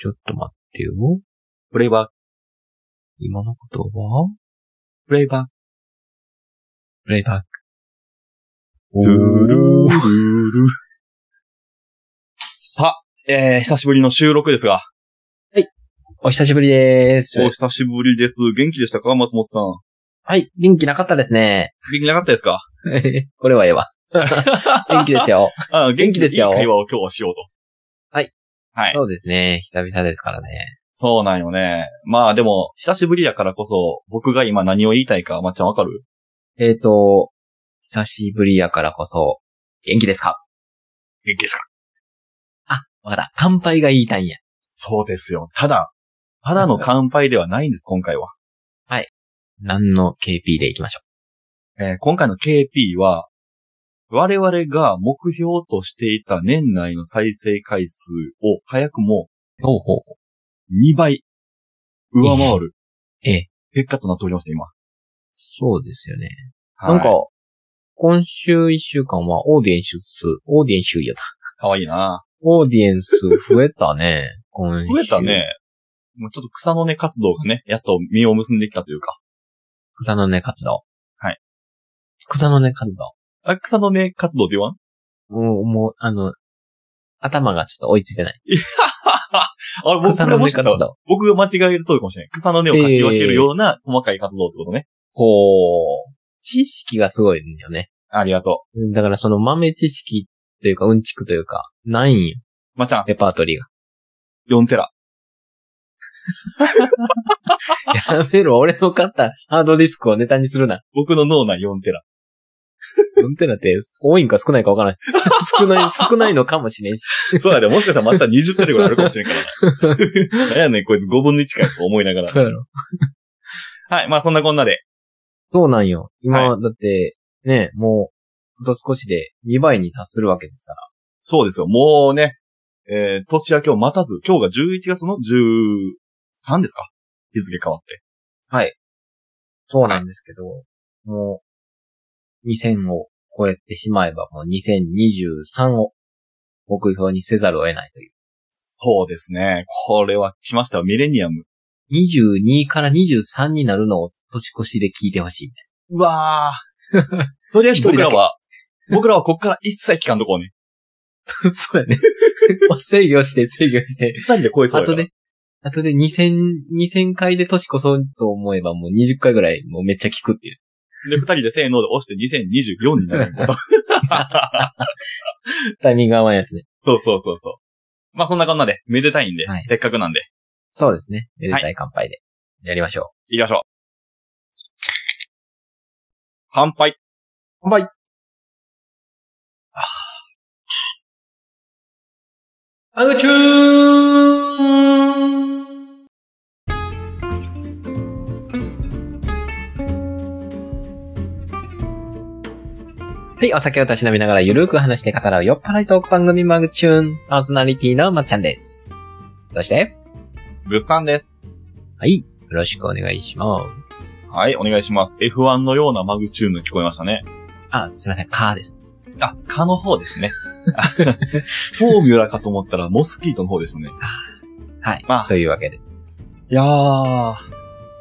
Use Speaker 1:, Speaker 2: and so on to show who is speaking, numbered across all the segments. Speaker 1: ちょっと待ってよ。
Speaker 2: プレイバ
Speaker 1: 今の言葉
Speaker 2: ー、プレイバー。
Speaker 1: プレイバック。
Speaker 2: ドゥルールール。さあ、えー、久しぶりの収録ですが、
Speaker 1: お久しぶりです
Speaker 2: お。久しぶりです。元気でしたか松本さん。
Speaker 1: はい、元気なかったです ね。
Speaker 2: 元気なかったですか
Speaker 1: これはええ わ。元気ですよ。
Speaker 2: あ元気
Speaker 1: 元気ですよ
Speaker 2: いい会話を今日はしようと。
Speaker 1: はい。
Speaker 2: はい。
Speaker 1: そうですね。久々ですからね。
Speaker 2: そうなんよね。まあでも、久しぶりやからこそ、僕が今何を言いたいか、まっちゃんわかる
Speaker 1: えっ、と、久しぶりやからこそ、元気ですか
Speaker 2: 元気ですか
Speaker 1: わかった。乾杯が言いたいんや。
Speaker 2: そうですよ。ただ、ただの乾杯ではないんです、今回は。
Speaker 1: 何の KP でいきましょ
Speaker 2: えー今回の KP は、我々が目標としていた年内の再生回数を早くも
Speaker 1: う。ほうほう。
Speaker 2: 2倍上回る
Speaker 1: ええ。
Speaker 2: 結果となっておりまして、今。
Speaker 1: そうですよね。
Speaker 2: はい
Speaker 1: なんか、、今週一週間はオーディエンス数、オーディエンスやった。
Speaker 2: かわいいな
Speaker 1: オーディエンス増えた ね。今週
Speaker 2: 増えた。ね。もうちょっと草の根活動がね、やっと実を結んできたというか。
Speaker 1: 草の根活動。
Speaker 2: はい。
Speaker 1: 草の根活動。
Speaker 2: あ、草の根活動って言わん
Speaker 1: もう、もう、あの、頭がちょっと追いついてない。
Speaker 2: あれ、僕
Speaker 1: 草
Speaker 2: これ
Speaker 1: の
Speaker 2: も
Speaker 1: 根
Speaker 2: しかした
Speaker 1: 活
Speaker 2: ら
Speaker 1: 動。
Speaker 2: 僕が間違えるとるかもしれない。草の根をかき分けるような細かい活動ってことね。
Speaker 1: こう、知識がすごいんだよね。
Speaker 2: ありがと
Speaker 1: うんだからその豆知識というか、うんちくというか、ないんよ。
Speaker 2: う。まっちゃん、
Speaker 1: レパートリー
Speaker 2: 4テラ。
Speaker 1: が。やめろ、俺の買ったハードディスクをネタにするな。
Speaker 2: 僕の脳内4テラ。
Speaker 1: 4テラって多いんか少ないかわからんし。少ない、少ないのかもしれん し。
Speaker 2: そうやで、もしかしたらまっちゃん20テラぐらいあるかもしれんからな。なんやねん、こいつ5分の1かよと思いながら。
Speaker 1: そうやろ。
Speaker 2: はい、まあそんなこんなで。
Speaker 1: そうなんよ。今、だって、ね、もう、あと少しで2倍に達するわけですから。
Speaker 2: そうですよ、もうね、えー、年明けを待たず、今日が11月の13ですか日付変わって。
Speaker 1: はい。そうなんですけど、もう、2000を超えてしまえば、もう2023を目標にせざるを得ないという。
Speaker 2: そうですね。これは来ましたよミレニアム。
Speaker 1: 22から23になるのを年越しで聞いてほしい、ね。
Speaker 2: うわー。
Speaker 1: それは
Speaker 2: 僕ら。は、僕らはこっから一切聞かんとこうね。
Speaker 1: そうやね。制御して、制御して。
Speaker 2: 二人で声そ
Speaker 1: あ
Speaker 2: うやか
Speaker 1: と
Speaker 2: ら。
Speaker 1: で、あとで2000、2000回で年越そうと思えばもう20回ぐらいもうめっちゃ聞くっていう。
Speaker 2: で、二人でせーので押して2024に なること。
Speaker 1: タイミング合わんやつね。
Speaker 2: そうそうそうそう。まあそんなこんなで、めでたいんで、
Speaker 1: はい
Speaker 2: せっかくなんで、
Speaker 1: そうですね。めでたい乾杯で。やりましょう。
Speaker 2: 行きましょう。乾杯。
Speaker 1: 乾杯アグチューンはい、お酒をたしなみながらゆるく話して語らう酔っ払いトーク番組マグチューン、パーソナリティのまっちゃんです。そして、
Speaker 2: ブスタンです。
Speaker 1: はい、よろしくお願いします。
Speaker 2: はい、お願いします。F1 のようなマグチューンが聞こえましたね。
Speaker 1: あ、すいません、カーです。
Speaker 2: あ、蚊の方ですね。あ フォーミュラかと思ったらモスキートの方ですね。
Speaker 1: はい、
Speaker 2: まあ
Speaker 1: というわけで。
Speaker 2: いやー。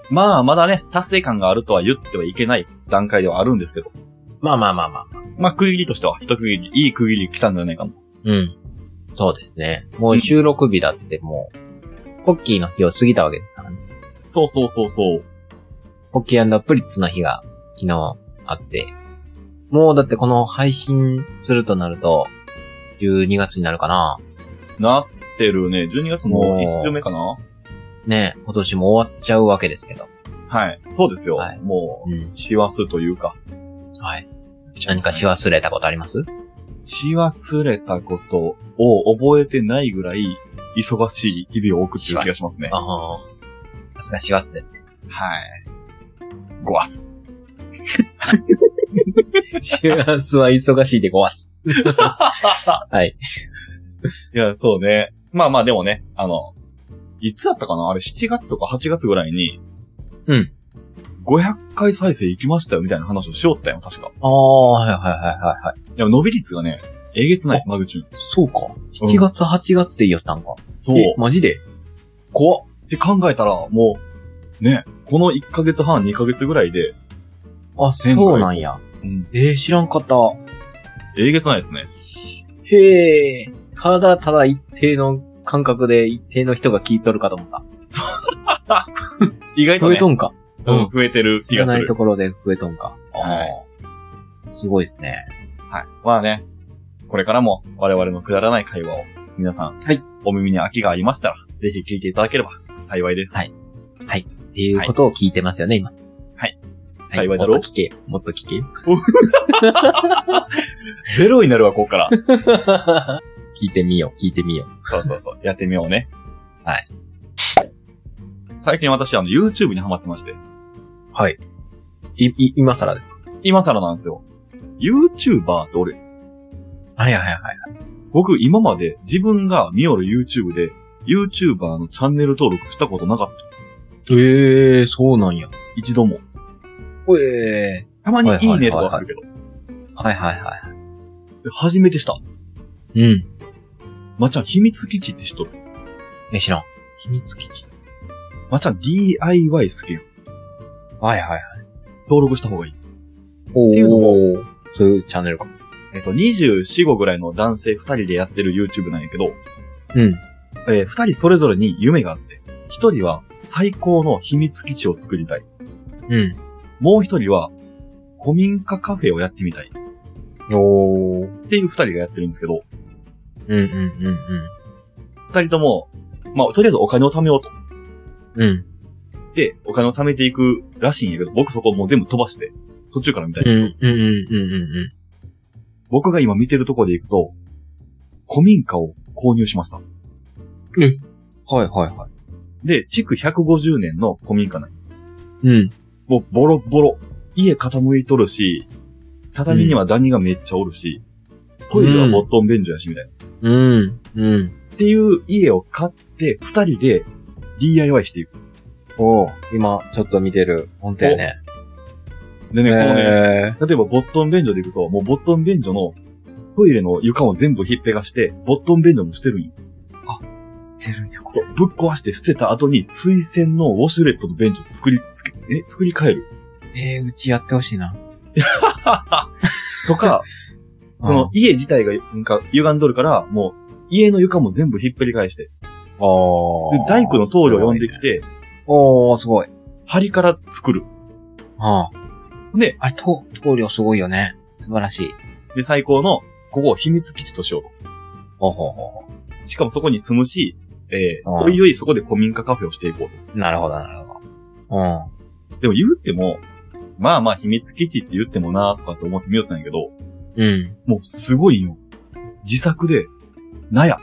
Speaker 2: まあ、まだね、達成感があるとは言ってはいけない段階ではあるんですけど。
Speaker 1: まあまあまあまあ。
Speaker 2: まあ、区切りとしては、一区切り、いい区切り来たんじゃないかな。
Speaker 1: うん。そうですね。もう収録日だってもう、ポッキーの日を過ぎたわけですからね。
Speaker 2: そうそうそうそう。
Speaker 1: ポッキープリッツの日が昨日あって、もうだってこの配信するとなると、12月になるかな。
Speaker 2: なってるね。12月の1週目かな
Speaker 1: ねえ今年も終わっちゃうわけですけど。
Speaker 2: はい。そうですよ。
Speaker 1: はい
Speaker 2: も
Speaker 1: う
Speaker 2: う、
Speaker 1: ん。
Speaker 2: しわすというか。
Speaker 1: はい。何かし忘れたことあります
Speaker 2: し忘れたことを覚えてないぐらい、忙しい日々を送っている気がしますね。
Speaker 1: ああ。さすがし忘れ。
Speaker 2: はい。ごわす。
Speaker 1: しわすは忙しいでごわ す。はい。
Speaker 2: いや、そうね。まあまあでもね、あの、いつやったかなあれ7月とか8月ぐらいに、
Speaker 1: うん。
Speaker 2: 500回再生行きましたよみたいな話をしよったよ、確か。
Speaker 1: ああ、はいはいはいはいはい。
Speaker 2: いや、伸び率がね、えげつない、マグチューン。
Speaker 1: そうか。7月8月で言いよったんか。
Speaker 2: そう
Speaker 1: え。マジで
Speaker 2: 怖っって考えたら、もう、ね、この1ヶ月半、2ヶ月ぐらいで、
Speaker 1: あ、そうなんや。
Speaker 2: うん、
Speaker 1: えー、知らんかった。
Speaker 2: えげつないですね。
Speaker 1: へえ、ただただ一定の感覚で一定の人が聞いとるかと思った。
Speaker 2: 意外と
Speaker 1: 増え
Speaker 2: ね、
Speaker 1: とんか。
Speaker 2: うん
Speaker 1: うん
Speaker 2: 増えてる
Speaker 1: 知
Speaker 2: 気
Speaker 1: ら
Speaker 2: が
Speaker 1: な
Speaker 2: す
Speaker 1: い
Speaker 2: る
Speaker 1: と。ころで増えとんか。あー
Speaker 2: はい
Speaker 1: すごいですね。
Speaker 2: はい。まあね、これからも我々のくだらない会話を皆さん、
Speaker 1: はい
Speaker 2: お耳に空きがありましたら、ぜひ聞いていただければ幸いです。
Speaker 1: はいっていうことを聞いてますよね、今。
Speaker 2: はい。
Speaker 1: は
Speaker 2: 幸いだろ
Speaker 1: もっと聞けよ。もっと聞けよ。
Speaker 2: ゼロになるわ、ここから。
Speaker 1: 聞いてみよう、聞いてみよ
Speaker 2: そうそうそう。やってみようね。
Speaker 1: はい。
Speaker 2: 最近私、あの、YouTube にハマってまして。
Speaker 1: う。はい。い、い、今更ですか
Speaker 2: 今更なんですよ。YouTuber って俺、
Speaker 1: はいはいはい。
Speaker 2: 僕今まで自分が見よる YouTube で、YouTuber のチャンネル登録したことなかった。
Speaker 1: ええー、そうなんや。
Speaker 2: 一度も。
Speaker 1: ほえ
Speaker 2: たまに
Speaker 1: はいはい
Speaker 2: い
Speaker 1: はいいはい
Speaker 2: ねとかはするけど。
Speaker 1: ー。はいはいは
Speaker 2: 初めてした。
Speaker 1: い。うん。
Speaker 2: まっちゃん、秘密基地って人。
Speaker 1: え、知らん。秘密基地。
Speaker 2: まっちゃん、DIY 好きやん。
Speaker 1: はいはいはい。
Speaker 2: 登録した方がいい。
Speaker 1: お
Speaker 2: っていうの
Speaker 1: も、そういうチャンネルか。
Speaker 2: えっと、24、5ぐらいの男性2人でやってる YouTube なんやけど、
Speaker 1: うん。
Speaker 2: えー、二人それぞれに夢があって、一人は最高の秘密基地を作りたい。
Speaker 1: うん。
Speaker 2: もう一人は古民家カフェをやってみたい。
Speaker 1: おー。
Speaker 2: っていう二人がやってるんですけど、
Speaker 1: うんうんうん
Speaker 2: 二人とも、まあ、とりあえずお金を貯めようと。
Speaker 1: うん。うん。
Speaker 2: で、お金を貯めていくらしいんやけど、僕そこもう全部飛ばして、途中から見たい。
Speaker 1: うんうんうんうんうん。
Speaker 2: 僕が今見てるところで行くと、古民家を購入しました。
Speaker 1: はいはいはい。
Speaker 2: で、築150年の古民家なんや
Speaker 1: うん。
Speaker 2: もうボロボロ。家傾いとるし、畳にはダニがめっちゃおるし、トイレはボットン便所やし、みたいな。
Speaker 1: うん。うん。
Speaker 2: っていう家を買って、二人で DIY していく。
Speaker 1: おー。今、ちょっと見てる。本当やね。
Speaker 2: でね、このね、
Speaker 1: え
Speaker 2: 例えばボットン便所で行くと、もうボットン便所のトイレの床も全部ひっぺがして、ボットン便所も捨てるんよ。
Speaker 1: ー、捨てるんや、こ
Speaker 2: そうぶっ壊して捨てた後に、水洗のウォシュレットと便所作り、つけえ、作り変える。
Speaker 1: れ。えー、うちやってほしいな。
Speaker 2: とか、その家自体がなんか歪んどるから、もう家の床も全部ひっぺり返して、
Speaker 1: うん、
Speaker 2: で
Speaker 1: あ、ー。
Speaker 2: 大工の棟梁を呼んで
Speaker 1: き
Speaker 2: きて、
Speaker 1: おー、すごい。
Speaker 2: 針から作る。
Speaker 1: はあ。
Speaker 2: で、
Speaker 1: あれ、棟棟梁すごいよね。素晴らしい。
Speaker 2: で、最高の、ここを秘密基地としようと。
Speaker 1: ほうほうほ
Speaker 2: しかもそこに住むし、えー、
Speaker 1: ああ
Speaker 2: おいおいそこで古民家カフェをしていこうと。
Speaker 1: う。なるほど、なるほど。
Speaker 2: でも言うても、まあまあ秘密基地って言ってもなーとかって思ってみよったんやけど、
Speaker 1: うん。うん。
Speaker 2: もうすごいよ。自作で、納屋。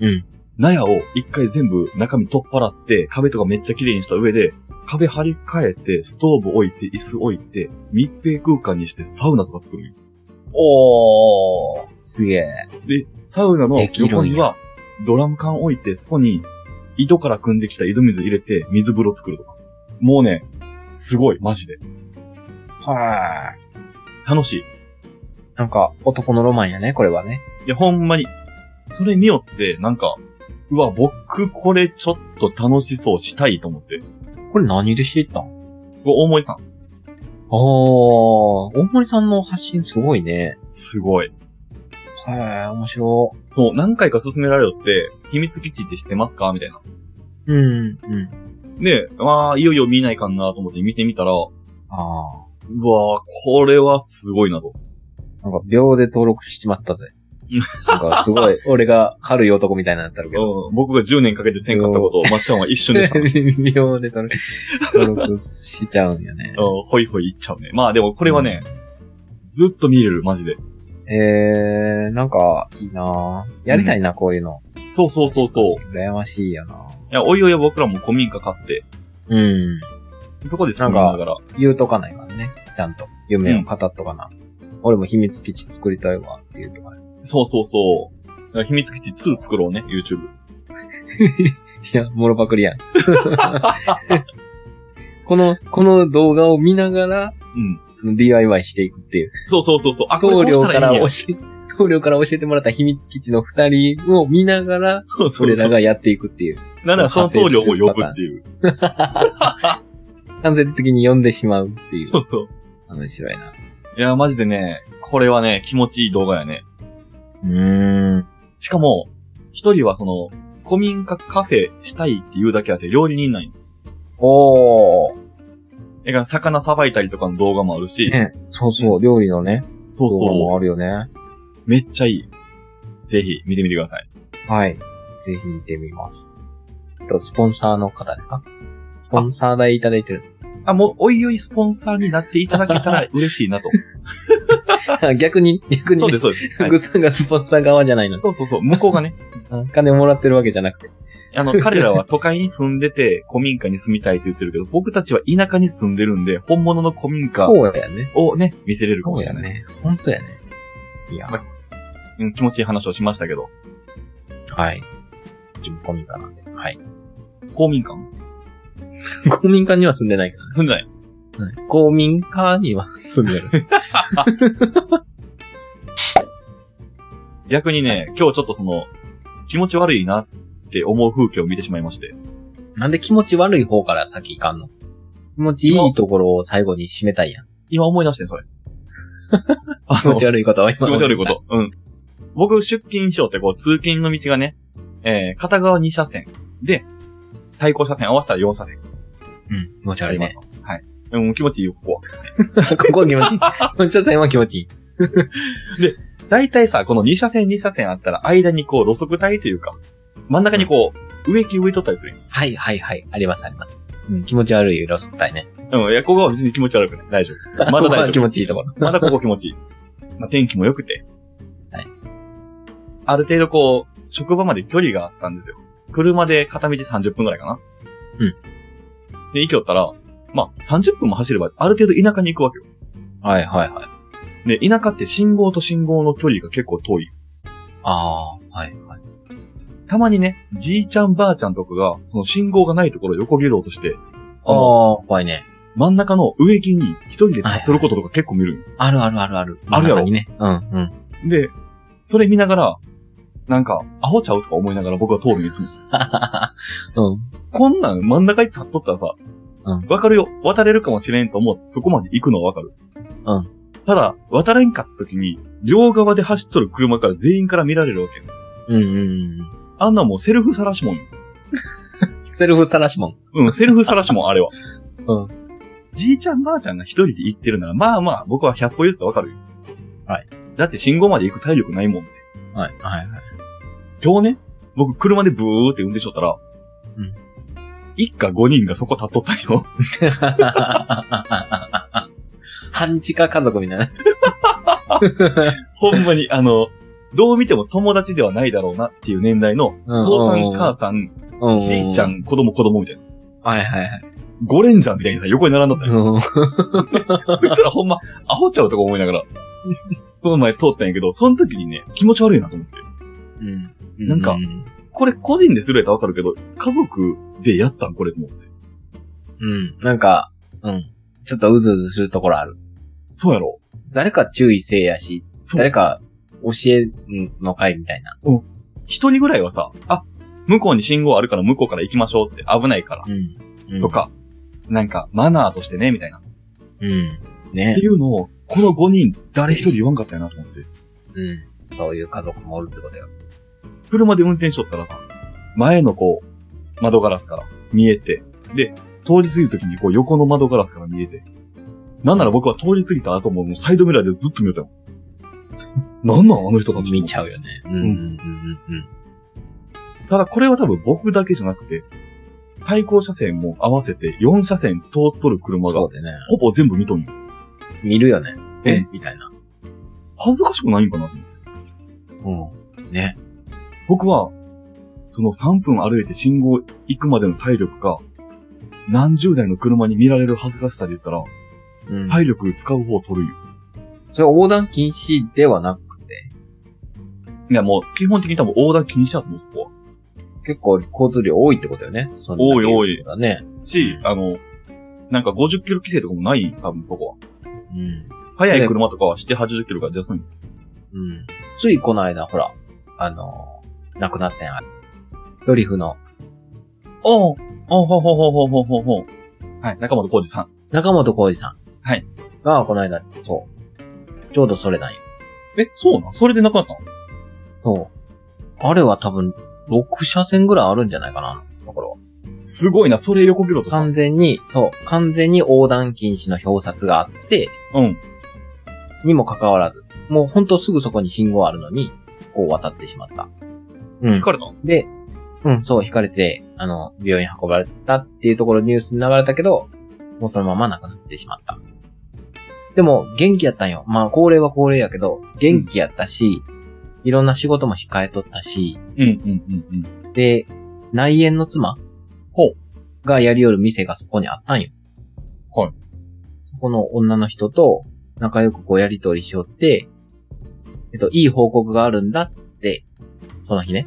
Speaker 1: うん。
Speaker 2: 納屋を一回全部中身取っ払って、壁とかめっちゃ綺麗にした上で、壁張り替えて、ストーブ置いて、椅子置いて、密閉空間にしてサウナとか作るんよ
Speaker 1: おー。すげえ。
Speaker 2: で、サウナの
Speaker 1: できる
Speaker 2: 横
Speaker 1: んや
Speaker 2: には、ドラム缶置いて、そこに、井戸から汲んできた井戸水入れて、水風呂作るとか。もうね、すごい、マジで。
Speaker 1: はい。
Speaker 2: 楽しい。
Speaker 1: なんか、男のロマンやね、これはね。
Speaker 2: いや、ほんまに。それによって、なんか、うわ、僕、これ、ちょっと楽しそうしたいと思って。
Speaker 1: これ何で知ったん
Speaker 2: こう大森さん、
Speaker 1: あー、大森さんの発信すごいね。
Speaker 2: すごい。
Speaker 1: はい、面白
Speaker 2: そう、何回か勧められよって、秘密基地って知ってますかみたいな。
Speaker 1: い。うん、うん。
Speaker 2: で、まあ、いよいよ見ないかんなと思って見てみたら、う
Speaker 1: あ
Speaker 2: わこれはすごいなと。
Speaker 1: ー。なんか、秒で登録しちまったぜ。なんか、す ごい、俺が軽い男みたいになったるけど。
Speaker 2: うん、僕が10年かけてせんかったことを、まっちゃんは一瞬でした。うん、
Speaker 1: 秒で登録登録しちゃうんよ ね。
Speaker 2: ほいほいいっちゃうね。まあでもこれはね、ずっと見れる、マジで。
Speaker 1: えー、なんか、いいなぁやりたいな、こういうの。
Speaker 2: そうそうそうそう。い
Speaker 1: 羨ましいよな
Speaker 2: や、おいおい僕らも古民家買って、
Speaker 1: うん。
Speaker 2: そこで住みながら。
Speaker 1: 言うとかないからね。ちゃんと。夢を語っとかな。俺も秘密基地作りたいわ、っていうとか。
Speaker 2: そうそうそう。だから秘密基地2作ろうね、YouTube。
Speaker 1: いや、もろパクリ やん。この、この動画を見ながら、
Speaker 2: うん。
Speaker 1: DIY していくっていう。
Speaker 2: そうそうそうそう。あ、これこ
Speaker 1: 棟
Speaker 2: う
Speaker 1: 梁
Speaker 2: した
Speaker 1: から
Speaker 2: い
Speaker 1: ら
Speaker 2: い
Speaker 1: 教
Speaker 2: んや。
Speaker 1: え、棟梁から教えてもらった秘密基地の二人を見ながら、
Speaker 2: そうそ
Speaker 1: 俺
Speaker 2: うそ
Speaker 1: ら
Speaker 2: う。
Speaker 1: がやっていくっていう。
Speaker 2: なんならその棟梁を呼ぶっていう。
Speaker 1: 完全的に呼んでしまうっていう。
Speaker 2: そうそう。
Speaker 1: 面白いな。
Speaker 2: いや、マジでね、これはね、気持ちいい動画やね。
Speaker 1: うーん。
Speaker 2: しかも、一人はその、古民家カフェしたいっていうだけあって料理人なんよ。
Speaker 1: おー。
Speaker 2: だから魚さばいたりとかの動画もあるし、
Speaker 1: ね、そうそう、料理のね、
Speaker 2: そう
Speaker 1: 動画も
Speaker 2: そ
Speaker 1: あるよね。
Speaker 2: う、めっちゃいい。ぜひ見てみてください。
Speaker 1: はい。ぜひ見てみます。と、スポンサーの方ですかスポンサー代いただいてる。
Speaker 2: あ、もう、おいおいスポンサーになっていただけたら嬉しいなと。
Speaker 1: 逆に、逆に、
Speaker 2: そうです、そうです。 はい
Speaker 1: 福さんがスポンサー側じゃないの。
Speaker 2: そうそうそう、向こうがね、
Speaker 1: 金もらってるわけじゃなくて。
Speaker 2: あの、彼らは都会に住んでて、古民家に住みたいって言ってるけど、僕たちは田舎に住んでるんで、本物の古民家
Speaker 1: そうやね。
Speaker 2: をね、見せれるか
Speaker 1: そ
Speaker 2: も
Speaker 1: う
Speaker 2: しれ
Speaker 1: や
Speaker 2: ない。
Speaker 1: ね。本当やね。いや、
Speaker 2: まうん、気持ちいい話をしましたけど、
Speaker 1: はい。自分公民館なんで。 はい。
Speaker 2: 公民館
Speaker 1: 公民館には住んでないけどね。
Speaker 2: 住んでない。
Speaker 1: 公民館には住んで る。
Speaker 2: 逆にね、今日ちょっとその、気持ち悪いなって思う風景を見てしまいまして。
Speaker 1: なんで気持ち悪い方から先行かんの気持ちいいところを最後に締めたいやん。
Speaker 2: 今思い出してん、 それ。あ
Speaker 1: 気持ち悪いことは今
Speaker 2: 気持ち悪いこと。うん。僕、出勤しようって、こう、通勤の道がね、えー、片側2車線。で、対向車線合わせたら4車線
Speaker 1: うん、気持ち
Speaker 2: あ
Speaker 1: 悪
Speaker 2: り
Speaker 1: い
Speaker 2: ま
Speaker 1: ね
Speaker 2: す。。はい。でも気持ちいいよ、ここは。
Speaker 1: ここ気持ちいい。この車線は気持ちいい。
Speaker 2: 大体さ、この2車線2車線あったら、間にこう、路側帯というか、真ん中にこう、植木植えとったりするやん。
Speaker 1: はいはいはい。ありますあります。うん、気持ち悪い路側帯ね。
Speaker 2: うん、いや、ここは別に気持ち悪くない。大丈夫。まだ
Speaker 1: ここ
Speaker 2: 大
Speaker 1: は
Speaker 2: 丈
Speaker 1: 気
Speaker 2: 夫。
Speaker 1: 持ちいいところ。
Speaker 2: まだここ気持ちいい。まあ、天気も良くて。
Speaker 1: はい。
Speaker 2: ある程度こう、職場まで距離があったんですよ。車で片道30分くらいかな。
Speaker 1: うん。
Speaker 2: で、行きよったら、まあ、30分も走れば、ある程度田舎に行くわけよ。
Speaker 1: はいはいはい。
Speaker 2: で、田舎って信号と信号の距離が結構遠い。
Speaker 1: ああ、はいはい。
Speaker 2: たまにね、じいちゃんばあちゃんとかが、その信号がないところを横切ろうとして、
Speaker 1: ああ、怖いね。
Speaker 2: 真ん中の植木に一人で立っとることとか結構見るんよ
Speaker 1: あるあるあるある。
Speaker 2: あるや
Speaker 1: 真
Speaker 2: ろ
Speaker 1: ん中にね。うんうん。
Speaker 2: で、それ見ながら、なんか、アホちゃうとか思いながら僕は通るのいつも。
Speaker 1: うん。
Speaker 2: こんなん真ん中に立っとったらさ、
Speaker 1: うん
Speaker 2: わかるよ。渡れるかもしれんと思って、そこまで行くのはわかる。
Speaker 1: うん。
Speaker 2: ただ、渡れんかった時に、両側で走っとる車から全員から見られるわけよ。
Speaker 1: うんうん
Speaker 2: あんなもうセルフ晒しもんよ。
Speaker 1: うん。セルフ晒しもん。
Speaker 2: うん、セルフ晒しもん、あれは。
Speaker 1: うん。
Speaker 2: じいちゃんばあちゃんが一人で行ってるなら、まあまあ、僕は100歩譲ってわかるよ。
Speaker 1: はい。
Speaker 2: だって信号まで行く体力ないもんって。
Speaker 1: はいはいはい。
Speaker 2: 今日ね、僕車でブーって運転しとったら、
Speaker 1: うん。一
Speaker 2: 一家5人がそこ立っとったんよ。
Speaker 1: 半地下家族みたい な。
Speaker 2: ほんまに、あの、どう見ても友達ではないだろうなっていう年代の、父さん、母さん、
Speaker 1: うん
Speaker 2: じいちゃ。、
Speaker 1: うん
Speaker 2: 子供、子供みたいな。
Speaker 1: はいはいはい。
Speaker 2: 五連山みたいにさ、横に並んだったよ。
Speaker 1: うん
Speaker 2: こいつらほんま、アホちゃうとか思いながら。その前通ったんやけど、その時にね、気持ち悪いなと思って。
Speaker 1: うん。
Speaker 2: なんか
Speaker 1: う
Speaker 2: これ個人でするやったらわかるけど、家族でやったんこれと思って。
Speaker 1: うん。なんか、うん。ちょっとうずうずするところある。
Speaker 2: そうやろ
Speaker 1: 誰か注意せいやし、
Speaker 2: そう
Speaker 1: 誰か教えの会みたいな。
Speaker 2: 一人ぐらいはさ、あ、向こうに信号あるから向こうから行きましょうって危ないから。
Speaker 1: うん。
Speaker 2: と。か、なんか、マナーとしてね、みたいな。っ
Speaker 1: うん。ね
Speaker 2: て。いうのを、この5人、誰一人言わんかったよなと思って。
Speaker 1: うん。そういう家族もおるってことよ。
Speaker 2: 車で運転しとったらさ、前のこう、窓ガラスから見えて、で、通り過ぎるときにこう横の窓ガラスから見えて、なんなら僕は通り過ぎた後ももうサイドミラーでずっと見よったよ。なんなんあの人 たち。
Speaker 1: 見ちゃ
Speaker 2: う。
Speaker 1: うよね。うんうんうんうんうん。
Speaker 2: ただこれは多分僕だけじゃなくて、対向車線も合わせて4車線通っとる車が
Speaker 1: そう、でね。
Speaker 2: ほぼ全部見とんよ。
Speaker 1: 見るよね。
Speaker 2: え
Speaker 1: うんみたいな。
Speaker 2: 恥ずかしくないんかなと思って
Speaker 1: うん。ね。
Speaker 2: 僕は、その3分歩いて信号行くまでの体力か、何十台の車に見られる恥ずかしさで言ったら、
Speaker 1: うん。
Speaker 2: 体力使う方を取るよ。
Speaker 1: それ横断禁止ではなくて、
Speaker 2: いや、もう、基本的に多分横断気にしちゃうと思う、そこは。
Speaker 1: 結構交通量多いってことよね。そんだけ
Speaker 2: 多い多い
Speaker 1: だね。
Speaker 2: し、あの、なんか50キロ規制とかもない、多分そこは。
Speaker 1: うん。
Speaker 2: 速い車とかは7、80キロから出すんよ
Speaker 1: うん。ついこの間、ほら、あのー亡くなったやん。ドリフの
Speaker 2: おうおうほうほうほうほうほうほうほう。はい、中本浩二さん。
Speaker 1: 中本浩二さん。
Speaker 2: はい。
Speaker 1: が、この間、そう。ちょうどそれなんよ。
Speaker 2: え、そうなんそれでなくなったの
Speaker 1: そう。あれは多分、6車線ぐらいあるんじゃないかな、ところは。
Speaker 2: すごいな、それ横切ろうとした。
Speaker 1: 完全に、そう、完全に横断禁止の表札があって、
Speaker 2: うん。
Speaker 1: にもかかわらず、もうほんとすぐそこに信号あるのに、こう渡ってしまった。うん。
Speaker 2: かれた
Speaker 1: で、うん、そう、引かれて、あの、病院運ばれたっていうところニュースに流れたけど、もうそのまま亡くなってしまった。でも、元気やったんよ。まあ、高齢は高齢やけど、元気やったし、いろんな仕事も控えとったし、
Speaker 2: うん、うん、うん、うん。
Speaker 1: で、内縁の妻
Speaker 2: ほう
Speaker 1: がやりよる店がそこにあったんよ。
Speaker 2: はい。
Speaker 1: そこの女の人と仲良くこうやりとりしよって、えっと、いい報告があるんだっつって、その日ね、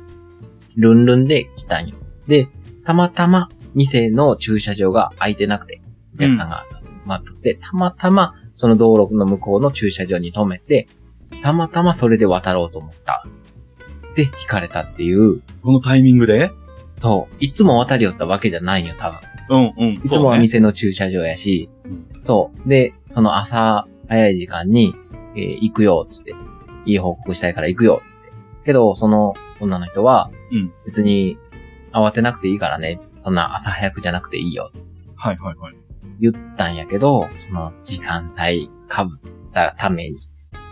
Speaker 1: ルンルンで来たんよ。で、たまたま店の駐車場が空いてなくて、お客さんが待っとって、たまたまその道路の向こうの駐車場に止めて、たまたまそれで渡ろうと思った。で、引かれたっていう、
Speaker 2: このタイミングで
Speaker 1: そう。いつも渡りよったわけじゃないんよ、多分。
Speaker 2: うん、うん。
Speaker 1: いつもは
Speaker 2: そうね
Speaker 1: 店の駐車場やし
Speaker 2: うん。
Speaker 1: そう。で、その朝早い時間に、えー行くよ、つって。いい報告したいから行くよ、つって。けど、その女の人は
Speaker 2: うん、
Speaker 1: 別に慌てなくていいからね。そんな朝早くじゃなくていいよ、
Speaker 2: はい、はい、はい。
Speaker 1: 言ったんやけど、その時間帯かぶったために、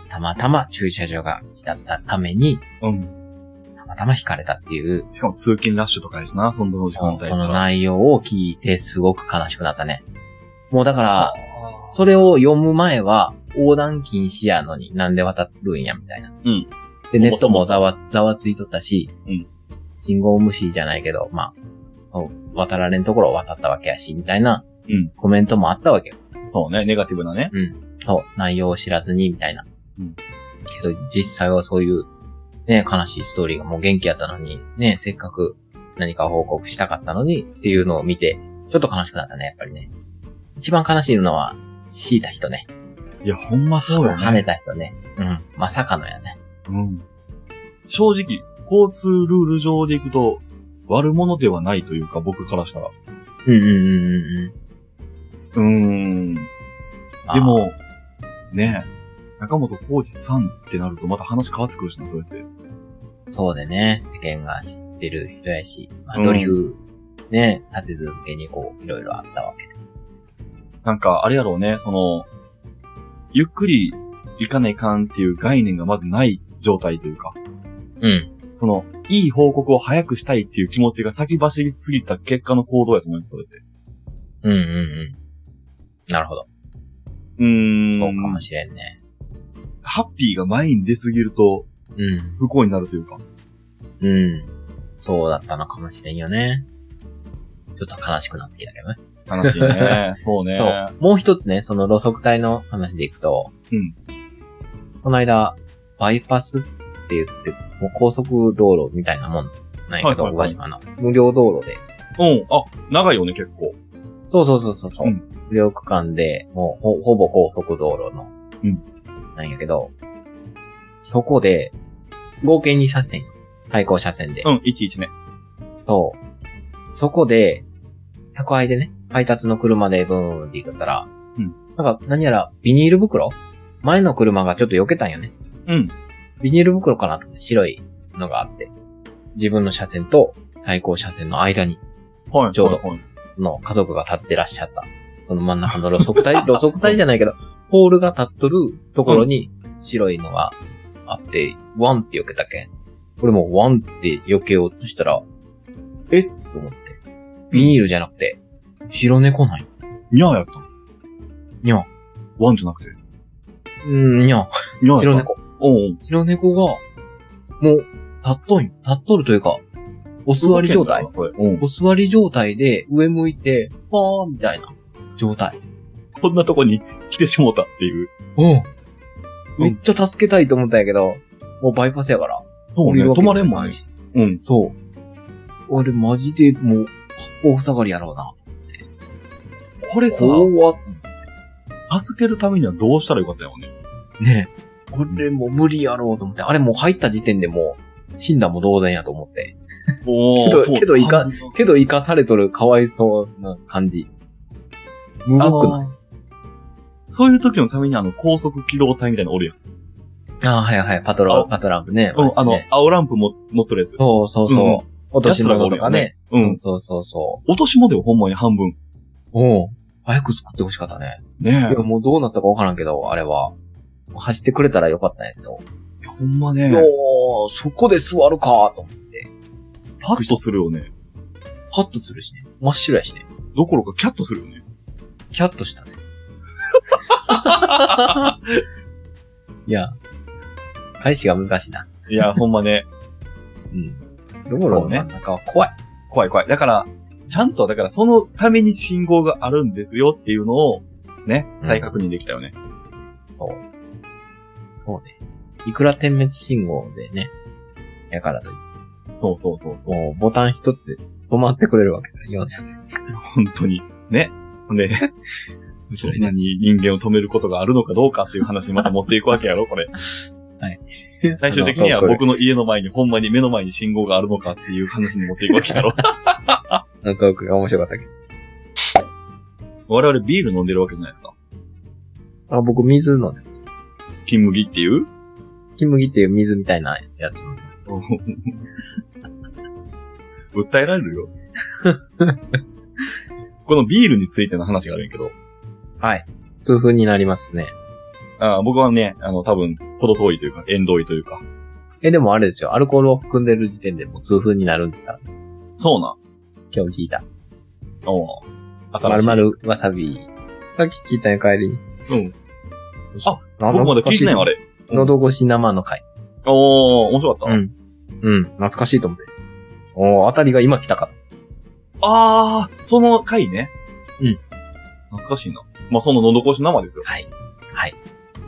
Speaker 1: たまたま駐車場が来たったために、
Speaker 2: うん。
Speaker 1: たまたま引かれたっていう、
Speaker 2: しかも通勤ラッシュとかやしな、その時間帯
Speaker 1: そ
Speaker 2: で
Speaker 1: う
Speaker 2: す
Speaker 1: そ
Speaker 2: か
Speaker 1: の
Speaker 2: ら。
Speaker 1: 内容を聞いてすごく悲しくなったね。もうだから、
Speaker 2: あ
Speaker 1: それを読む前は、横断禁止やのになんで渡るんや、みたいな。
Speaker 2: うん。
Speaker 1: で、ネットもざわ、ざわついとったし、
Speaker 2: うん
Speaker 1: 信号無視じゃないけど、まあ、そう、渡られんところを渡ったわけやし、みたいな、
Speaker 2: うん
Speaker 1: コメントもあったわけよ。
Speaker 2: ーそうね、ネガティブなね。
Speaker 1: そう、内容を知らずに、みたいな。
Speaker 2: うん
Speaker 1: けど、実際はそういう、ね、悲しいストーリーがもう元気やったのに、ね、せっかく何か報告したかったのにっていうのを見て、ちょっと悲しくなったね、やっぱりね。一番悲しいのは、強いた人ね。
Speaker 2: いや、ほんまそうよ
Speaker 1: 跳ね
Speaker 2: ね。
Speaker 1: た人ね。うん。まさかのやね。
Speaker 2: うん。正直、交通ルール上で行くと、悪者ではないというか、僕からしたら。
Speaker 1: うんうんうんうんうん
Speaker 2: うーん。
Speaker 1: あー。
Speaker 2: でも、ねえ、中本浩二さんってなるとまた話変わってくるしな、それって。
Speaker 1: そうでね、世間が知ってる人やし、ま
Speaker 2: う
Speaker 1: あ、
Speaker 2: ん
Speaker 1: ドリフ、ね、立て続けにこう、いろいろあったわけで。
Speaker 2: なんか、あれやろうね、その、ゆっくり行かないかんっていう概念がまずない状態というか、
Speaker 1: うん。
Speaker 2: その、いい報告を早くしたいっていう気持ちが先走りすぎた結果の行動やと思うんです、それって。
Speaker 1: うんうんうん。なるほど。
Speaker 2: うーん。
Speaker 1: そうかもしれんね。
Speaker 2: ハッピーが前に出すぎると
Speaker 1: うん。
Speaker 2: 不幸になるというか。
Speaker 1: うん。そうだったのかもしれんよね。ちょっと悲しくなってきたけどね。
Speaker 2: 悲しい ね。そうね。
Speaker 1: そう。もう一つね、その路側帯の話でいくと、
Speaker 2: うん
Speaker 1: この間、バイパスって言って、もう高速道路みたいなもんなんやけど、
Speaker 2: はいはい
Speaker 1: 小
Speaker 2: は
Speaker 1: 川島
Speaker 2: い
Speaker 1: の。無料道路で。
Speaker 2: うん。あ、長いよね、結構。
Speaker 1: そうそうそうそうそう、
Speaker 2: うん
Speaker 1: 無料区間で、もうほほぼ高速道路の、
Speaker 2: うん
Speaker 1: なんやけど、そこで、合計2車線、対向車線で。
Speaker 2: うん、11ね。
Speaker 1: そう。そこで、宅配でね、配達の車でブーンって行ったら、
Speaker 2: うん
Speaker 1: なんか、何やら、ビニール袋前の車がちょっと避けたんよね。
Speaker 2: うん。
Speaker 1: ビニール袋かなと思って白いのがあって、自分の車線と対向車線の間に、
Speaker 2: はい。
Speaker 1: ちょうど
Speaker 2: はいはい
Speaker 1: その家族が立ってらっしゃった。その真ん中の路側帯、 路側帯じゃないけど、ポールが立っとるところに白いのがあって、ワンって避けたけん。これもうワンって避けようとしたら、えっと思って。ビニールじゃなくて、白猫ない。
Speaker 2: ニャーやったの
Speaker 1: にゃん。
Speaker 2: ワンじゃなくて。
Speaker 1: うん、にゃん。
Speaker 2: ニャーやったの
Speaker 1: 白。猫。
Speaker 2: おうん。
Speaker 1: 白猫が、もう、立っとんよ。立っとるというか、お座り状態。
Speaker 2: それ。うん。
Speaker 1: お座り状態で上向いて、パーみたいな状態。
Speaker 2: こんなとこに来てしもうたっていう。
Speaker 1: うん。
Speaker 2: うん
Speaker 1: めっちゃ助けたいと思ったんやけど、もうバイパスやから。
Speaker 2: そ
Speaker 1: 降りるわけ
Speaker 2: 止
Speaker 1: に
Speaker 2: まれんも
Speaker 1: い
Speaker 2: んね
Speaker 1: か。し
Speaker 2: うん。
Speaker 1: そう。俺マジでもう、八方塞がりやろうな。
Speaker 2: これさ、
Speaker 1: 怖っ。
Speaker 2: 助けるためにはどうしたらよかったよね。
Speaker 1: ねえ。これもう無理やろうと思って。あれもう入った時点でもう、死んだも同然やと思って。
Speaker 2: お
Speaker 1: けど
Speaker 2: ーそう
Speaker 1: けどいか
Speaker 2: 半分
Speaker 1: けど生かされとるかわいそうな感じ。無
Speaker 2: あ
Speaker 1: 動くな
Speaker 2: の、そういう時のためにあの、高速機動隊みたいなのおるやん。
Speaker 1: ああ、はいはい。パトラ
Speaker 2: あ
Speaker 1: ン、パトランプね。
Speaker 2: うん、あの
Speaker 1: ね、
Speaker 2: 青ランプも持っとるやつ。
Speaker 1: そうそうそう。
Speaker 2: うんうん
Speaker 1: 落とし物とかね。
Speaker 2: う
Speaker 1: うんん、。そうそうそ
Speaker 2: 落とし物よ、ほんまに半分。
Speaker 1: う。おう早く作ってほしかったね。
Speaker 2: ね
Speaker 1: いや、もうどうなったかわからんけど、あれは。走ってくれたらよかったんやけど。
Speaker 2: え。ほんま
Speaker 1: いや
Speaker 2: ね
Speaker 1: ー、そこで座るかと思って。
Speaker 2: パッとするよね。
Speaker 1: ハッとするしね。真っ白やしね。
Speaker 2: どころかキャッとするよね。
Speaker 1: キャッとした ね。いや、返しが難しいな。
Speaker 2: いや、ほんまね。
Speaker 1: うん。ロボロの真ん中は怖い。
Speaker 2: 怖い怖い。だから、ちゃんと、だからそのために信号があるんですよっていうのを、ね、再確認できたよね。
Speaker 1: そう。そうね。いくら点滅信号でね、やからといって
Speaker 2: そうそうそうそう。
Speaker 1: もうボタン一つで止まってくれるわけだ。4車線。
Speaker 2: 本当に。ね。ね。 そんなに人間を止めることがあるのかどうかっていう話にまた持っていくわけやろ、これ。 最終的には
Speaker 1: あの。トー
Speaker 2: 僕の家の前に、ほんまに目の前に信号があるのかっていう話に持っていくわけや ろ。
Speaker 1: クあのトークが面白かったけど。
Speaker 2: 我々ビール飲んでるわけじゃないですか。
Speaker 1: あ、僕水飲んで。
Speaker 2: 金麦っていう
Speaker 1: 金麦っていう水みたいなやつ飲みます。
Speaker 2: 訴えられるよ。 このビールについての話があるんやけど。
Speaker 1: はい。痛風になりますね。
Speaker 2: あー僕はね、あの、多分、ほど遠いというか、縁遠いというか。
Speaker 1: え、でもあれですよ。アルコールを含んでる時点でもう痛風になるんですから。
Speaker 2: そうな。
Speaker 1: 今日聞いた。
Speaker 2: おー
Speaker 1: ま
Speaker 2: 新し
Speaker 1: る
Speaker 2: い。
Speaker 1: まるわさび。さっき聞いたよ、帰りに。
Speaker 2: うん。
Speaker 1: あ、
Speaker 2: 僕まだ聞いてないわ、あ
Speaker 1: れ。
Speaker 2: れ。うん
Speaker 1: 喉越し生の回。
Speaker 2: おー、面白かった。
Speaker 1: うん。うん、懐かしいと思って。おー、あたりが今来たか。
Speaker 2: あー、その回ね。
Speaker 1: うん。
Speaker 2: 懐かしいな。まあ、その喉越し生ですよ。
Speaker 1: はい。はい。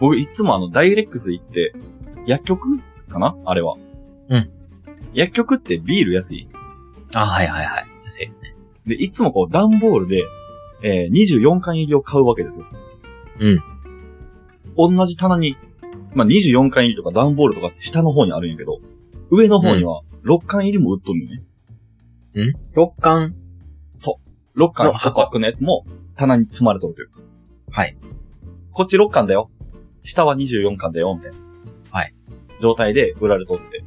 Speaker 2: 僕、いつもあの、ダイレックス行って、薬局かなあれは。
Speaker 1: うん。
Speaker 2: 薬局ってビール安い
Speaker 1: あ、はいはいはい。そうですね。
Speaker 2: で、いつもこう、段ボールで、えー、24缶入りを買うわけですよ。うん。同じ棚に、まあ、24缶入りとか段ボールとかって下の方にあるんやけど、上の方には6缶入りも売っとるのね。
Speaker 1: ん六巻。
Speaker 2: 6缶
Speaker 1: の
Speaker 2: 1パックのやつも棚に積まれとるというか。
Speaker 1: はい。
Speaker 2: こっち6缶だよ。下は24缶だよ、みたいな。
Speaker 1: はい。
Speaker 2: 状態で売られとって。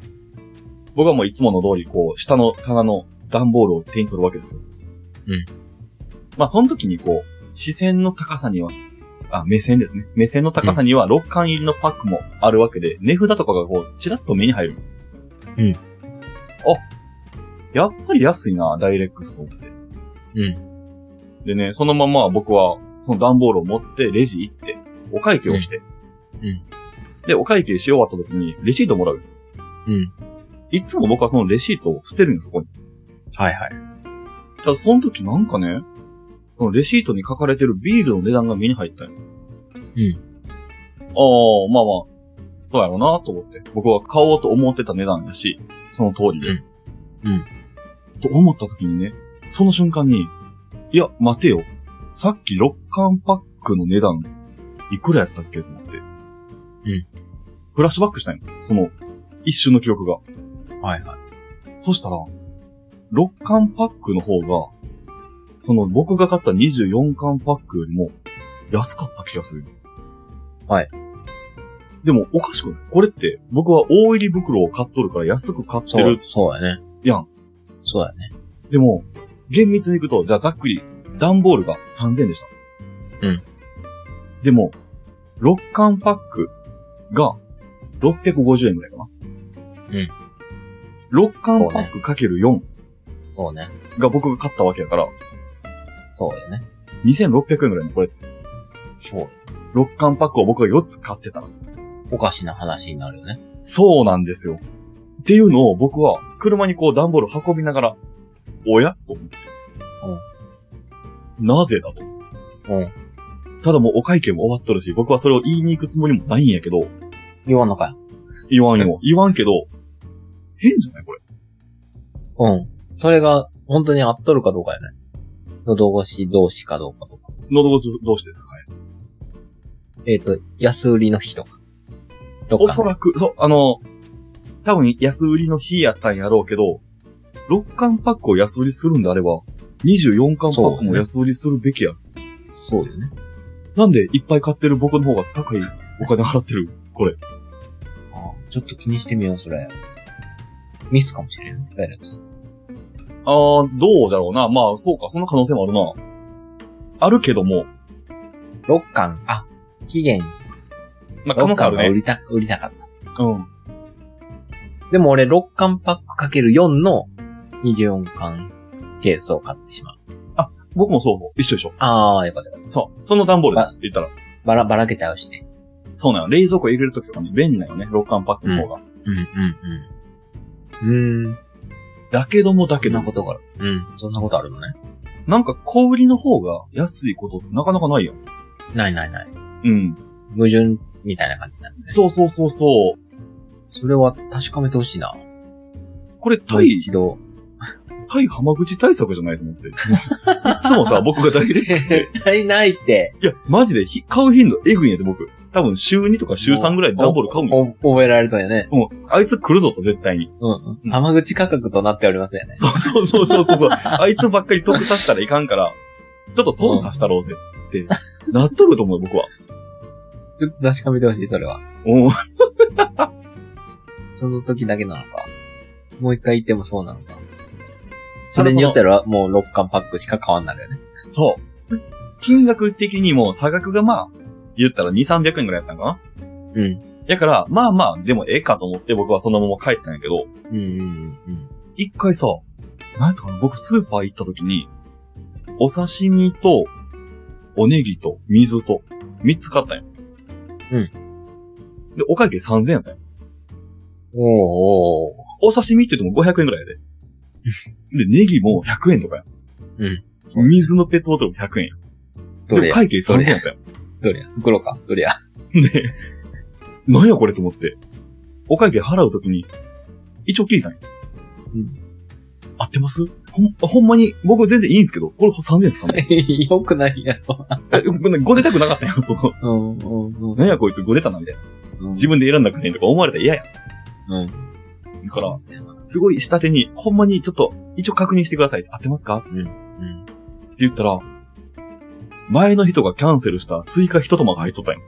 Speaker 2: 僕はもういつもの通り、こう、下の棚の段ボールを手に取るわけですよ。
Speaker 1: うん。
Speaker 2: まあ、その時にこう、視線の高さには、あ、目線ですね。目線の高さには6缶入りのパックもあるわけで、値札とかがこう、ちらっと目に入る。
Speaker 1: うん。
Speaker 2: あ、やっぱり安いな、ダイレックスと思って。
Speaker 1: うん。
Speaker 2: でね、そのまま僕は、その段ボールを持って、レジ行って、お会計をして。
Speaker 1: うんうん
Speaker 2: で、お会計し終わった時に、レシートもらう。
Speaker 1: うん。
Speaker 2: いつも僕はそのレシートを捨てるんです、そこに。
Speaker 1: はいはい。
Speaker 2: ただ、その時なんかね、そのレシートに書かれてるビールの値段が目に入ったんよ。
Speaker 1: うん。
Speaker 2: ああ、まあまあ、そうやろうなと思って。僕は買おうと思ってた値段やし、その通りです。
Speaker 1: うんうん
Speaker 2: と思った時にね、その瞬間に、いや、待てよ。さっき6缶パックの値段、いくらやったっけと思って。
Speaker 1: ん
Speaker 2: フラッシュバックしたんよ。その、一瞬の記憶が。
Speaker 1: はいはい。
Speaker 2: そしたら、6缶パックの方が、その僕が買った24缶パックよりも安かった気がする。
Speaker 1: はい。
Speaker 2: でもおかしくないこれって僕は大入り袋を買っとるから安く買って
Speaker 1: そう
Speaker 2: る。、
Speaker 1: そうやね。
Speaker 2: やん。
Speaker 1: そうやね。
Speaker 2: でも、厳密にいくと、じゃあざっくり、段ボールが3000でした。
Speaker 1: うん。
Speaker 2: でも、6缶パックが650円ぐらいかな。うん。6缶パックかける4
Speaker 1: そうね。
Speaker 2: が僕が買ったわけやから、
Speaker 1: そうやね。
Speaker 2: 2600円ぐらいのこれって。
Speaker 1: そう。
Speaker 2: 6缶パックを僕が4つ買ってたの。
Speaker 1: おかしな話になるよね。
Speaker 2: そうなんですよ。っていうのを僕は車にこう段ボールを運びながら、おやと思って。なぜだと。
Speaker 1: うん。
Speaker 2: ただもうお会計も終わっとるし、僕はそれを言いに行くつもりもないんやけど、
Speaker 1: 言わんのかよ。
Speaker 2: 言わん よ。言わんけど、変じゃないこれ。
Speaker 1: うん。それが、本当に合っとるかどうかやね。喉越し同士かどうかとか。
Speaker 2: 喉越しどうしてですかね。
Speaker 1: えっ、と、安売りの日とか。六
Speaker 2: お
Speaker 1: 巻
Speaker 2: そらく、そう、あの、多分安売りの日やったんやろうけど、6巻パックを安売りするんであれば、24巻パックも安売りするべきや。
Speaker 1: そうよね。
Speaker 2: なんでいっぱい買ってる僕の方が高いお金払ってるこれ。
Speaker 1: あちょっと気にしてみよう、それ。ミスかもしれん。ダイレクト
Speaker 2: あー、どうだろうな。まあ、そうか、その可能性もあるな。あるけども、
Speaker 1: 6巻、あ、期限、
Speaker 2: まあ、可能
Speaker 1: 6
Speaker 2: 性あ
Speaker 1: 巻
Speaker 2: る
Speaker 1: が売
Speaker 2: ね。
Speaker 1: りた、売りたかった。
Speaker 2: うん。
Speaker 1: でも俺6巻パックかける4の24巻ケースを買ってしまう。
Speaker 2: 僕もそうそう。一緒一緒。
Speaker 1: ああ、よかったよかっ
Speaker 2: そう。その段ボール
Speaker 1: あ
Speaker 2: で言ったら。
Speaker 1: た。ばら、ばらけちゃうしね。
Speaker 2: そうなの。冷蔵庫入れるときとかね、便利なよね。6巻パックの方が。
Speaker 1: うん、うん、うん。うーん。
Speaker 2: だけどもだ
Speaker 1: そ
Speaker 2: け
Speaker 1: ん
Speaker 2: ど
Speaker 1: な
Speaker 2: も
Speaker 1: ことがある。うん、そんなことあるのね。
Speaker 2: なんか小売りの方が安いことってなかなかないよ。
Speaker 1: ないないない。
Speaker 2: うん。
Speaker 1: 矛盾みたいな感じだね。
Speaker 2: そうそうそうそう。
Speaker 1: それは確かめてほしいな。
Speaker 2: これ
Speaker 1: もう
Speaker 2: 対、
Speaker 1: 一度。
Speaker 2: 対浜口対策じゃないと思って。いつもさ、僕がダイレックス で。
Speaker 1: 絶対ないって。
Speaker 2: いや、マジでひ買う頻度エグいんやって僕。多分週2とか週3ぐらいで段ボール買うんよ。
Speaker 1: お覚えられたんやね。
Speaker 2: うん。あいつ来るぞと絶対に。
Speaker 1: うん
Speaker 2: う。ん
Speaker 1: 浜口価格となっておりますよね。
Speaker 2: そうそうそうそう そう。あいつばっかり得させたらいかんから、ちょっと損させたろうぜって、なっとると思うよ僕は。
Speaker 1: ちょっと確かめてほしい、それは。
Speaker 2: うん。
Speaker 1: その時だけなのか。もう一回言ってもそうなのか。それによってはもう6巻パックしか買わんなるよね。
Speaker 2: そう。金額的にも差額がまあ、言ったら2、300円ぐらいやったんかな
Speaker 1: うん。
Speaker 2: やから、まあまあ、でもええかと思って僕はそのまま帰ったんやけど、
Speaker 1: うんうんうん
Speaker 2: 一回さ、なんやったかな僕スーパー行った時に、お刺身と、おネギと、水と、三つ買ったんや。
Speaker 1: うん
Speaker 2: で、お会計3000円やったんや。
Speaker 1: うん。おーおー
Speaker 2: お刺身って言っても500円ぐらいやで。で、ネギも100円とかや。
Speaker 1: うん
Speaker 2: 水のペットボトルも100円や。
Speaker 1: ど
Speaker 2: で
Speaker 1: れ
Speaker 2: も
Speaker 1: や
Speaker 2: 会計3000円やったんや。
Speaker 1: どれや袋かどれや
Speaker 2: で、なんやこれと思って、お会計払うときに、一応聞いたんや。
Speaker 1: うん
Speaker 2: 合ってますほん、ほんまに、僕全然いいんですけど、これ3000円ですかね
Speaker 1: よくないやろ。
Speaker 2: えごめんごねたくなかったよ、 その。
Speaker 1: うんうん
Speaker 2: なんやこいつごねたな、みたいな。
Speaker 1: うん。
Speaker 2: 自分で選んだくせにとか思われたら嫌や。
Speaker 1: うん。
Speaker 2: ですか
Speaker 1: そう
Speaker 2: ら、
Speaker 1: なんですね
Speaker 2: すごい下手に、ほんまにちょっと、一応確認してくださいって。合ってますかって
Speaker 1: うん。
Speaker 2: 言ったら、前の人がキャンセルしたスイカ一玉が入っとったんや。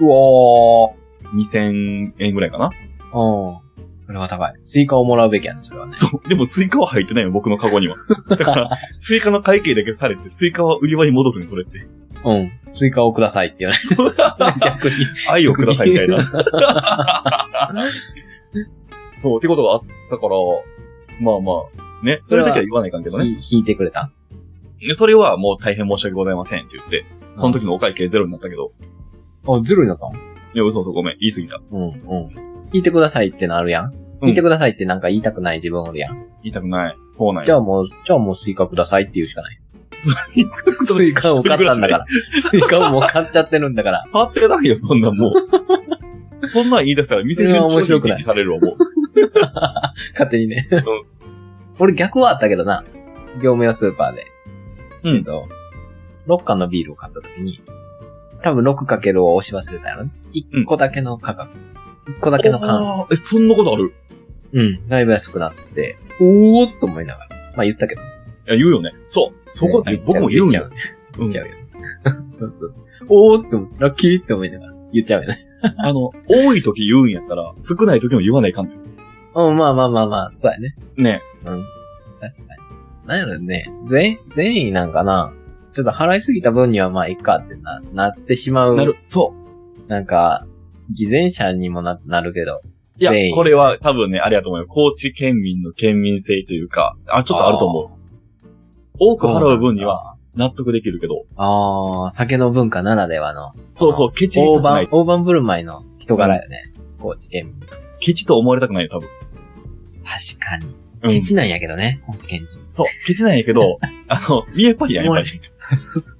Speaker 1: うわ
Speaker 2: 2000円ぐらいかな
Speaker 1: ー。うん。それは高い。スイカをもらうべきやね、それはね。
Speaker 2: そう。でもスイカは入ってないよ、僕のカゴには。だから、スイカの会計だけされて、スイカは売り場に戻るね、それって。
Speaker 1: うん。スイカをくださいって言わない。逆に。
Speaker 2: 愛をくださいみた いな。そう、ってことがあったから、まあまあ、ね、それだけは言わないかんけどね。
Speaker 1: ひ引いてくれた
Speaker 2: でそれはもう大変申し訳ございませんって言って、その時のお会計ゼロになったけど、
Speaker 1: あ、ゼロになったの
Speaker 2: いや、嘘嘘ごめん、言い過ぎた。
Speaker 1: うん、うん。聞いてくださいってのあるやん。聞いてくださいってなんか言いたくない自分おるやん。
Speaker 2: 言いたくない。そうなん
Speaker 1: じゃ
Speaker 2: や。
Speaker 1: あもう、じゃあもうスイカくださいって言うしかない。ス
Speaker 2: ス
Speaker 1: イカを買ったんだ から。。スイカをもう買っちゃってるんだから。
Speaker 2: 変わってないよ、そんなんも う。そんなん言い出したら店中
Speaker 1: それは面白くない
Speaker 2: にされるわ、 もう。
Speaker 1: 勝手にね。俺逆はあったけどな。業務用スーパーで。
Speaker 2: うん
Speaker 1: えっと、6缶のビールを買った時に、多分 6× を押し忘れたやろね。1個だけの価格。1個だけの缶。
Speaker 2: あーえ、そんなことある
Speaker 1: うん。だいぶ安くなって、おーっと思いながら。まあ言ったけど。
Speaker 2: いや、言うよね。そう。そこ
Speaker 1: 言
Speaker 2: ね、
Speaker 1: っちゃ
Speaker 2: 僕も言うん
Speaker 1: 言っ
Speaker 2: よ。
Speaker 1: ちゃ
Speaker 2: う
Speaker 1: 言
Speaker 2: ん
Speaker 1: っちゃうよね。 そうそうそう。おーって思って、ラッキーって思いながら言っちゃうよね。
Speaker 2: あの、多い時言うんやったら、少ない時も言わないかんね。
Speaker 1: うん、まあまあまあまあ、そうやね。
Speaker 2: ね
Speaker 1: うん。確かに。なんやろね、全、善意なんかな。ちょっと払いすぎた分にはまあいいかってな、なってしまう。
Speaker 2: なる。そう。
Speaker 1: なんか、偽善者にもな、なるけど。
Speaker 2: いや
Speaker 1: 全員、
Speaker 2: これは多分ね、あれやと思うよ。高知県民の県民性というか、あ、ちょっとあると思う。
Speaker 1: う。
Speaker 2: 多く払う分には納得できるけど、
Speaker 1: あー酒の文化ならではの。
Speaker 2: そうそう、ケチり
Speaker 1: 大
Speaker 2: たくな
Speaker 1: 盤
Speaker 2: い、。
Speaker 1: 大盤振る舞いの人柄よね。高知県民。確
Speaker 2: ケチと思われたくないよ、多分。
Speaker 1: かに。
Speaker 2: うん
Speaker 1: ケチなんやけどね、高知県人。
Speaker 2: そう、ケチなんやけ ど、あの、見えっぱりやん、やっぱり。
Speaker 1: そうそうそう。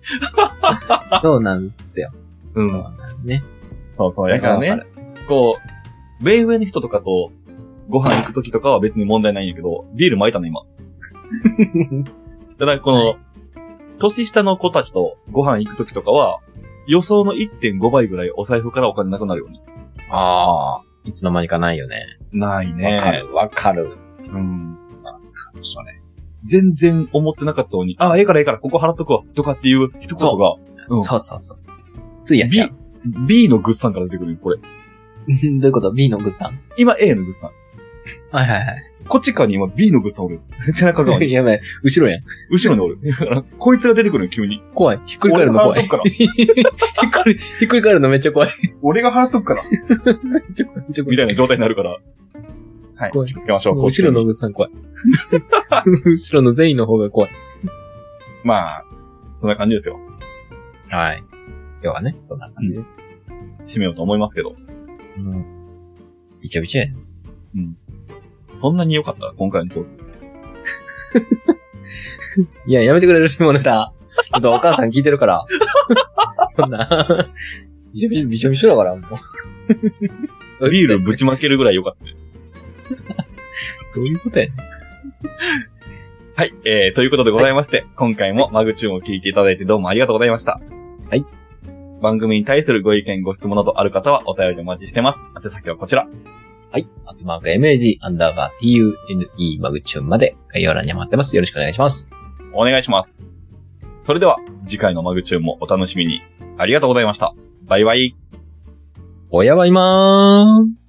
Speaker 1: そうなんですよ。
Speaker 2: う。
Speaker 1: そうんなんね。
Speaker 2: そうそう、やから
Speaker 1: わ
Speaker 2: ね
Speaker 1: る。、
Speaker 2: こう、ベイウェイの人とかと、ご飯行くときとかは別に問題ないんやけど、ビール巻いたの 今。ただ、この、年下の子たちとご飯行くときとかは、予想の1.5倍ぐらいお財布からお金なくなるように。
Speaker 1: ああ。いつの間にかないよね。
Speaker 2: ない
Speaker 1: わか
Speaker 2: ね。
Speaker 1: る、わかる。
Speaker 2: うん。そうね。全然思ってなかったのに、あ、ええからええから、ここ払っとくわ、とかっていう一言が、うん
Speaker 1: そうそうそうそう。ついやっちゃう。
Speaker 2: B のグッサンから出てくるよこれ。
Speaker 1: どういうこと ?B のグッさん。
Speaker 2: 今 A のグッサン。
Speaker 1: はい はい
Speaker 2: こっち側に今 B のグッサンおる。背中側
Speaker 1: はい。
Speaker 2: に。
Speaker 1: やばい。後ろやん。
Speaker 2: 後ろにおる。だ からこいつが出てくるよ、急に。
Speaker 1: 怖い。ひっくり返るの怖い。
Speaker 2: 俺が払っとくから。
Speaker 1: ひっくり、ひっくり返るのめっちゃ怖い。
Speaker 2: 俺が払っとくから。
Speaker 1: めっちゃ怖い。めっちゃ怖
Speaker 2: み
Speaker 1: い。
Speaker 2: たいな状態になるから。はい。気
Speaker 1: 怖
Speaker 2: を
Speaker 1: い
Speaker 2: つけましょ。
Speaker 1: そうの後ろの。グッさん怖い。 後ろの全員の方が怖い。
Speaker 2: まあ、そんな感じですよ。
Speaker 1: はい。今日はね、こんな感じです。
Speaker 2: 締めようと思いますけど。
Speaker 1: うん。びちゃびちゃやね。
Speaker 2: そんなに良かった今回のトーク。
Speaker 1: いや、やめてくれる下ネ タ。ちょっとお母さん聞いてる から。そんな。びちゃびちゃ、びちゃびちゃだから、もう。
Speaker 2: ビールぶちまけるぐらい良かった。
Speaker 1: どういうことやねん
Speaker 2: はい。えー、ということでございまして、今回もマグチューンを聞いていただいてどうもありがとうございました。
Speaker 1: はい。
Speaker 2: 番組に対するご意見、ご質問などある方はお便りお待ちしてます。宛先はこちら。
Speaker 1: はい。アットマーク MAG、アンダーバー TUNE マグチューンまで概要欄に貼ってます。よろしくお願いします。
Speaker 2: お願いします。それでは、次回のマグチューンもお楽しみに。ありがとうございました。バイバイ。
Speaker 1: おやばいまーん。